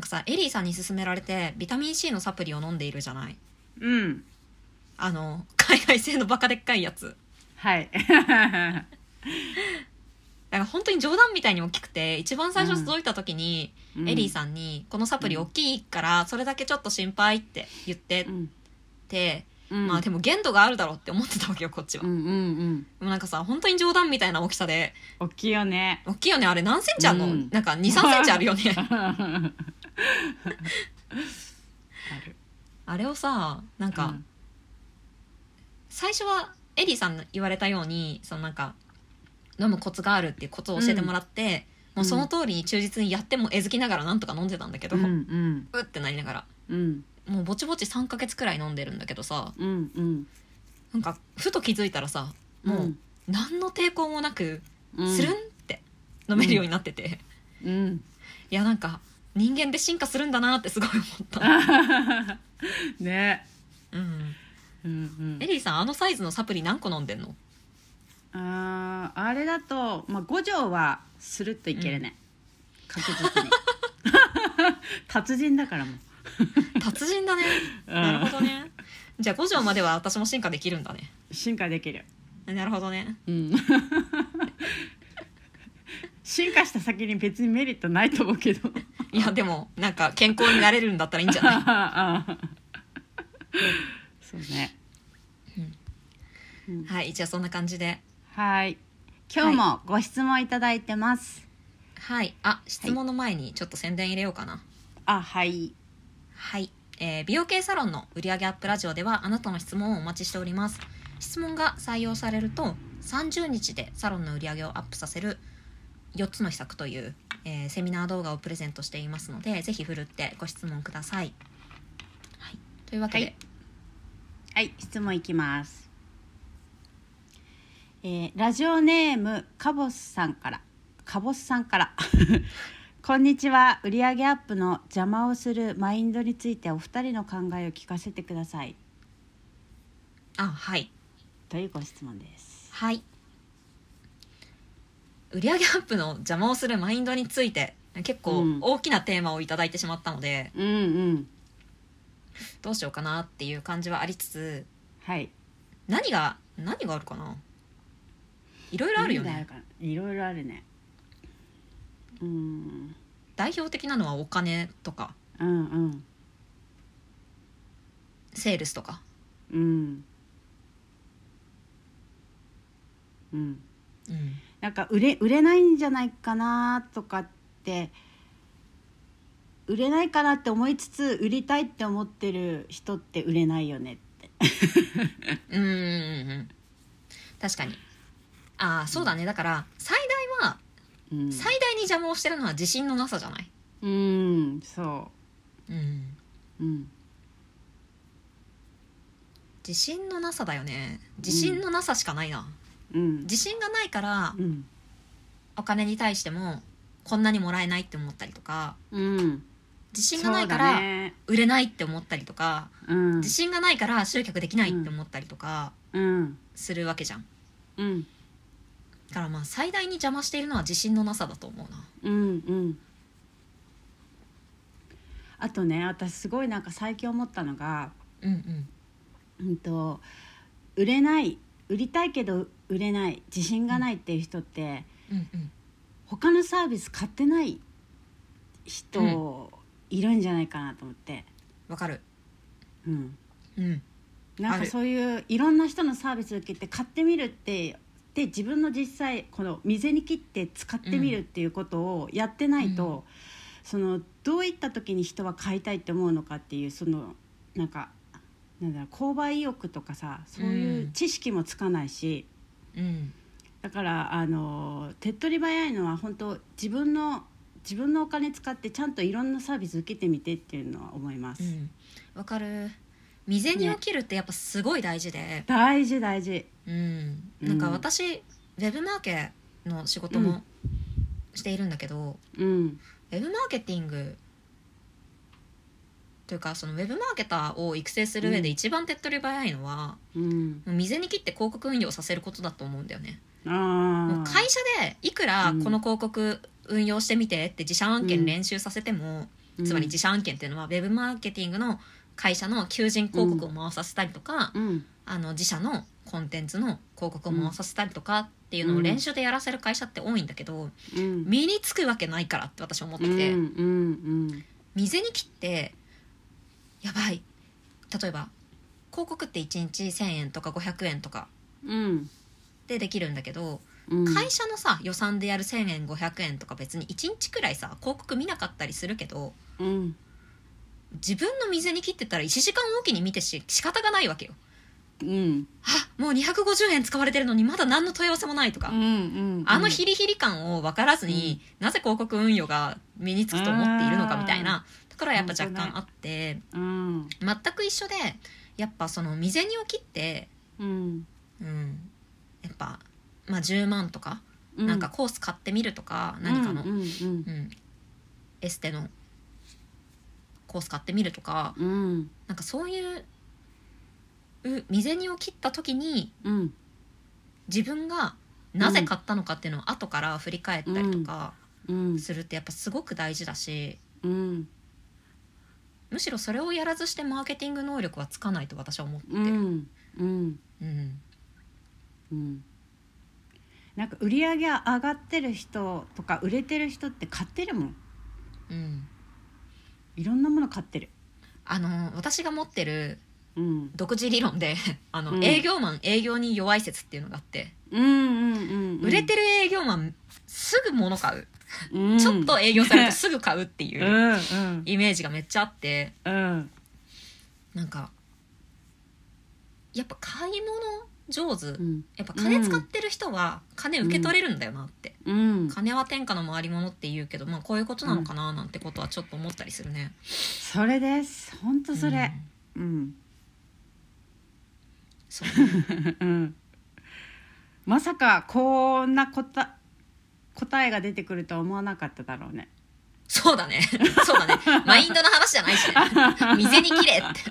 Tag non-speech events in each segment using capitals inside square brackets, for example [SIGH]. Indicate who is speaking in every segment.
Speaker 1: かさエリーさんに勧められてビタミン C のサプリを飲んでいるじゃない
Speaker 2: うん
Speaker 1: あの海外製のバカでっかいやつ
Speaker 2: はい
Speaker 1: [LAUGHS] だから本当に冗談みたいに大きくて一番最初届いた時に、エリーさんに「このサプリ大きいからそれだけちょっと心配」って言って
Speaker 2: うん
Speaker 1: て、
Speaker 2: うん
Speaker 1: まあでも限度があるだろうって思ってたわけよこっちは、
Speaker 2: うんうんうん
Speaker 1: でもなんかさ本当に冗談みたいな大きさで
Speaker 2: 大きい
Speaker 1: [LAUGHS]
Speaker 2: よね
Speaker 1: 大きいよねあれ何センチあるの、
Speaker 2: うん
Speaker 1: なんか23センチあ
Speaker 2: [LAUGHS]
Speaker 1: るよね
Speaker 2: ある
Speaker 1: あれをさなんか、
Speaker 2: うん
Speaker 1: 最初はエリーさんの言われたようにそのなんか飲むコツがあるっていうコツを教えてもらって、
Speaker 2: うん
Speaker 1: もうその通りに忠実にやってもえずきながらなんとか飲んでたんだけど、
Speaker 2: う
Speaker 1: うんうってなりながら
Speaker 2: うんうん
Speaker 1: もうぼちぼち3ヶ月くらい飲んでるんだけどさ
Speaker 2: うんうん
Speaker 1: なんかふと気づいたらさもう何の抵抗もなく
Speaker 2: うん
Speaker 1: スルンって飲めるようになってて、い
Speaker 2: うん [LAUGHS]
Speaker 1: やなんか人間って進化するんだなってすごい思った、
Speaker 2: ね
Speaker 1: うん、
Speaker 2: うんう
Speaker 1: エ
Speaker 2: ん
Speaker 1: リーさんあのサイズのサプリ何個飲んでんの
Speaker 2: あーあれだと、まあ、五条はスルッといけるね、
Speaker 1: [LAUGHS]
Speaker 2: 確実に [LAUGHS] 達人だからもう
Speaker 1: 達人だね
Speaker 2: うん
Speaker 1: なるほどねじゃあ5条までは私も進化できるんだね
Speaker 2: 進化できる、
Speaker 1: なるほどね
Speaker 2: うん [LAUGHS] 進化した先に別にメリットないと思う [LAUGHS] けど
Speaker 1: いやでもなんか健康になれるんだったらいいんじ
Speaker 2: [LAUGHS]
Speaker 1: ゃない
Speaker 2: そうね
Speaker 1: はいじゃあそんな感じで
Speaker 2: はい今日もご質問いただいてます、
Speaker 1: はいあ質問の前にちょっと宣伝入れようかな
Speaker 2: あはい
Speaker 1: はい、えー美容系サロンの売上アップラジオではあなたの質問をお待ちしております質問が採用されると30日でサロンの売り上げをアップさせる4つの秘策という、えーセミナー動画をプレゼントしていますのでぜひふるってご質問ください、はい、というわけで、
Speaker 2: はいはい質問いきます、えーラジオネームカボスさんからカボスさんから [LAUGHS] こんにちは売上アップの邪魔をするマインドについてお二人の考えを聞かせてください
Speaker 1: あはい
Speaker 2: というご質問です
Speaker 1: はい売上アップの邪魔をするマインドについて結構
Speaker 2: うん
Speaker 1: 大きなテーマをいただいてしまったので、
Speaker 2: うんうん
Speaker 1: どうしようかなっていう感じはありつつ
Speaker 2: はい
Speaker 1: 何が何があるかないろいろあるよ
Speaker 2: 何が
Speaker 1: ね
Speaker 2: かないろいろあるねうん
Speaker 1: 代表的なのはお金とか
Speaker 2: うんうん
Speaker 1: セールスとか
Speaker 2: うんうん
Speaker 1: うん
Speaker 2: なんか売れ売れないんじゃないかなとかって売れないかなって思いつつ売りたいって思ってる人って売れないよねって
Speaker 1: うんうんうんうん確かにああそうだねだから最大は
Speaker 2: うん、
Speaker 1: 最大に邪魔をしてるのは自信のなさじゃない
Speaker 2: うん、そ
Speaker 1: うん
Speaker 2: う、うん、
Speaker 1: 自信のなさだよね自信のなさしかないな、
Speaker 2: うん
Speaker 1: 自信がないから
Speaker 2: うん
Speaker 1: お金に対してもこんなにもらえないって思ったりとか
Speaker 2: うん
Speaker 1: 自信がないか
Speaker 2: そうだ
Speaker 1: ら
Speaker 2: ね
Speaker 1: 売れないって思ったりとか、
Speaker 2: うん
Speaker 1: 自信がないから集客できないって思ったりとか
Speaker 2: うん
Speaker 1: するわけじゃん
Speaker 2: うん
Speaker 1: だからまあ最大に邪魔しているのは自信のなさだと思うな
Speaker 2: うんうんあとね私すごいなんか最近思ったのが
Speaker 1: うんうん
Speaker 2: うんと売れない売りたいけど売れない自信がないっていう人って、
Speaker 1: うんうん
Speaker 2: 他のサービス買ってない人いるんじゃないかなと思って、
Speaker 1: わかる
Speaker 2: うん、
Speaker 1: うん
Speaker 2: なん
Speaker 1: あ
Speaker 2: か
Speaker 1: る
Speaker 2: そういういろんな人のサービス受けて買ってみるってで自分の実際この水に切って使ってみるっていうことをやってないと、
Speaker 1: うん
Speaker 2: そのどういった時に人は買いたいって思うのかっていうそのなんかなんだろう購買意欲とかさそういう知識もつかないし。
Speaker 1: うん
Speaker 2: だからあの手っ取り早いのは本当自分の自分のお金使ってちゃんといろんなサービス受けてみてっていうのは思います、
Speaker 1: うんわかる未然に起きるってやっぱすごい大事で、
Speaker 2: 大事大事
Speaker 1: うん
Speaker 2: うん
Speaker 1: なんか私ウェブマーケの仕事もしているんだけど、
Speaker 2: うん
Speaker 1: ウェブマーケティングというかそのウェブマーケターを育成する上で
Speaker 2: うん
Speaker 1: 一番手っ取り早いのは、
Speaker 2: うん
Speaker 1: もう未然に切って広告運用させることだと思うんだよねも
Speaker 2: あ
Speaker 1: う
Speaker 2: あ
Speaker 1: 会社でいくらこの広告運用してみてって自社案
Speaker 2: う
Speaker 1: 件
Speaker 2: ん
Speaker 1: 練習させても、
Speaker 2: うん
Speaker 1: つまり自社案件っていうのはウェブマーケティングの会社の求人広告を回させたりとか、
Speaker 2: うん
Speaker 1: あの自社のコンテンツの広告を回させたりとかっていうのを練習でやらせる会社って多いんだけど、
Speaker 2: うん
Speaker 1: 身につくわけないからって私は思っ
Speaker 2: う
Speaker 1: て
Speaker 2: ん
Speaker 1: て、
Speaker 2: うん
Speaker 1: 未然に切ってやばい例えば広告って1日1,000円とか500円とか
Speaker 2: うん
Speaker 1: でできるんだけど、
Speaker 2: うん
Speaker 1: 会社のさ予算でやる1,000円500円とか別に1日くらいさ広告見なかったりするけど
Speaker 2: うん
Speaker 1: 自分の未然に切ってたら1時間おきに見てし仕方がないわけよ。
Speaker 2: うん
Speaker 1: あもう250円使われてるのにまだ何の問い合わせもないとか、
Speaker 2: うんうん
Speaker 1: あのヒリヒリ感を分からずに、なぜ広告運用が身につくと思っているのかみたいなところはやっぱ若干あって、
Speaker 2: うん
Speaker 1: 全く一緒でやっぱその未然にを切って、
Speaker 2: うん
Speaker 1: うん、やっぱ、まあ、10万とか、
Speaker 2: う
Speaker 1: なんかコース買ってみるとか何かの、
Speaker 2: う
Speaker 1: うんん
Speaker 2: うん
Speaker 1: エステのコース買ってみるとか
Speaker 2: うん
Speaker 1: なんかそういうう未然にを切った時に
Speaker 2: うん
Speaker 1: 自分がなぜ買ったのかっていうのを後から振り返ったりとか
Speaker 2: うん
Speaker 1: するってやっぱすごく大事だし
Speaker 2: うん
Speaker 1: むしろそれをやらずしてマーケティング能力はつかないと私は思ってる。
Speaker 2: うんうん
Speaker 1: うん
Speaker 2: うんなんか売り上げ上がってる人とか売れてる人って買ってるもん
Speaker 1: うん
Speaker 2: いろんなもの買ってる
Speaker 1: あの私が持ってる
Speaker 2: うん
Speaker 1: 独自理論で [LAUGHS] あの、
Speaker 2: うん
Speaker 1: 営業マン営業に弱い説っていうのがあって、
Speaker 2: うんうんうん
Speaker 1: 売れてる営業マンすぐ物買う、
Speaker 2: うん
Speaker 1: ちょっと営業されるとすぐ買うってい
Speaker 2: うん
Speaker 1: う
Speaker 2: うん
Speaker 1: イメージがめっちゃあって
Speaker 2: うん
Speaker 1: なんかやっぱ買い物上手
Speaker 2: うん
Speaker 1: やっぱ金使ってる人は金受け取れるんだよなって、
Speaker 2: うん
Speaker 1: 金は天下の回り物って言うけどまあこういうことなのかななんてことはちょっと思ったりするね。
Speaker 2: それです本当それ
Speaker 1: うん
Speaker 2: うん
Speaker 1: そう [LAUGHS]
Speaker 2: うんまさかこんな答答えが出てくるとは思わなかっただろうね
Speaker 1: そうだね。 [LAUGHS] そうだね。マインドの話じゃないしね。 [LAUGHS] 未然に切れって。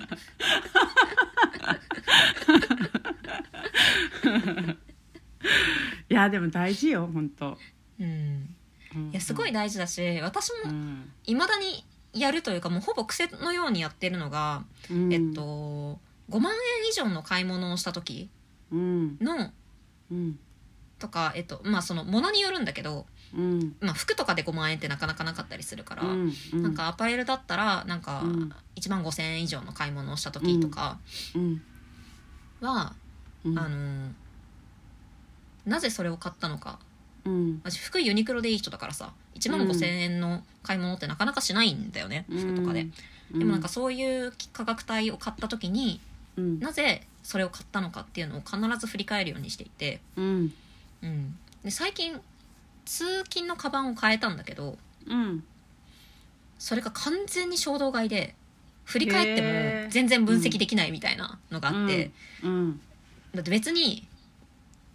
Speaker 2: いやでも大事よ本当
Speaker 1: うん。
Speaker 2: うん
Speaker 1: いや、すごい大事だし、私
Speaker 2: う
Speaker 1: も
Speaker 2: ん
Speaker 1: 未だにやるというか、もうほぼ癖のようにやってるのが、
Speaker 2: うん
Speaker 1: えっと、5万円以上の買い物をした時
Speaker 2: うん
Speaker 1: の、
Speaker 2: うん
Speaker 1: とか、えっと、まあその、ものによるんだけど、
Speaker 2: うん
Speaker 1: まあ服とかで5万円ってなかなかなかったりするから、
Speaker 2: う
Speaker 1: なんかアパレルだったら、なんか
Speaker 2: うん
Speaker 1: 1万5千円以上の買い物をした時とか
Speaker 2: うん
Speaker 1: は、
Speaker 2: うん
Speaker 1: あの、なぜそれを買ったのか
Speaker 2: うん
Speaker 1: 私服ユニクロでいい人だからさ1万5,000円の買い物ってなかなかしないんだよね、服とかで、
Speaker 2: う
Speaker 1: でもなんかそういう価格帯を買った時に
Speaker 2: うん
Speaker 1: なぜそれを買ったのかっていうのを必ず振り返るようにしていて、
Speaker 2: うん
Speaker 1: うん、で最近通勤のカバンを変えたんだけど
Speaker 2: うん
Speaker 1: それが完全に衝動買いで振り返って
Speaker 2: へー
Speaker 1: も全然分析できないみたいなのがあって、
Speaker 2: うん
Speaker 1: だって別に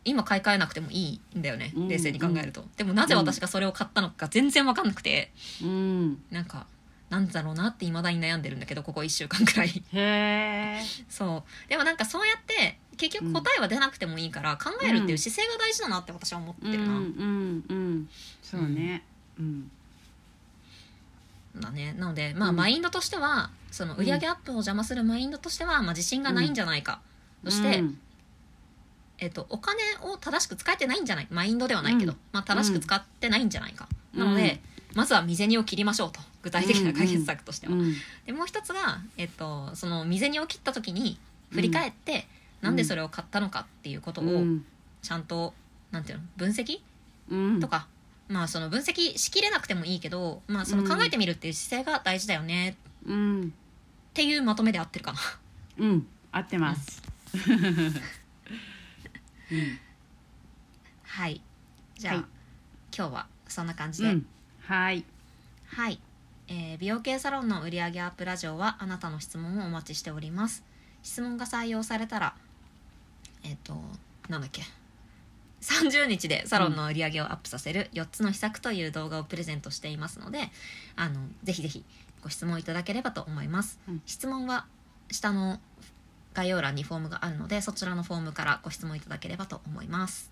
Speaker 1: 今買い替えなくてもいいんだよね
Speaker 2: うん
Speaker 1: 冷静に考えると、でもなぜ私がそれを買ったのか全然分かんなくて。
Speaker 2: うん
Speaker 1: なんかなんだろうなって未だに悩んでるんだけどここ1週間くらい
Speaker 2: へえ
Speaker 1: そうでもなんかそうやって結局答えは出なくてもいいから、考えるっていう姿勢が大事だなって私は思って
Speaker 2: うんう
Speaker 1: るな、
Speaker 2: んうんそうねうん
Speaker 1: だねなのでまあ、
Speaker 2: うん
Speaker 1: マインドとしてはその売上アップを邪魔するマインドとしては、まあ、自信がないんじゃないか、そして、
Speaker 2: うん
Speaker 1: えっとお金を正しく使えてないんじゃないマインドではないけど、
Speaker 2: うん
Speaker 1: まあ、正しく使ってないんじゃないか、
Speaker 2: うん
Speaker 1: なのでまずは未銭を切りましょうと具体的な解決策としては、
Speaker 2: うん
Speaker 1: でもう一つが、えっと、その未然を切った時に振り返って、なんでそれを買ったのかっていうことを
Speaker 2: うん
Speaker 1: ちゃんと、なんていうの分析
Speaker 2: うん
Speaker 1: とか、まあその分析しきれなくてもいいけど、まあ、その考えてみるっていう姿勢が大事だよね
Speaker 2: うん
Speaker 1: っていうまとめで合ってるかな。
Speaker 2: うん合ってます。
Speaker 1: はいじゃあ、
Speaker 2: はい
Speaker 1: 今日はそんな感じ
Speaker 2: う
Speaker 1: で、
Speaker 2: ん、はい、
Speaker 1: はい、えー美容系サロンの売上アップラジオはあなたの質問をお待ちしております質問が採用されたらえっ、となんだっけ30日でサロンの売り上げをアップさせる4つの秘策という動画をプレゼントしていますのであのぜひぜひご質問いただければと思います、
Speaker 2: うん
Speaker 1: 質問は下の概要欄にフォームがあるのでそちらのフォームからご質問いただければと思います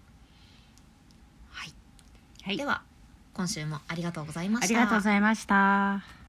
Speaker 1: はい、
Speaker 2: はい
Speaker 1: では今週もありがとうございま
Speaker 2: あ
Speaker 1: し
Speaker 2: り
Speaker 1: た
Speaker 2: がとうございました。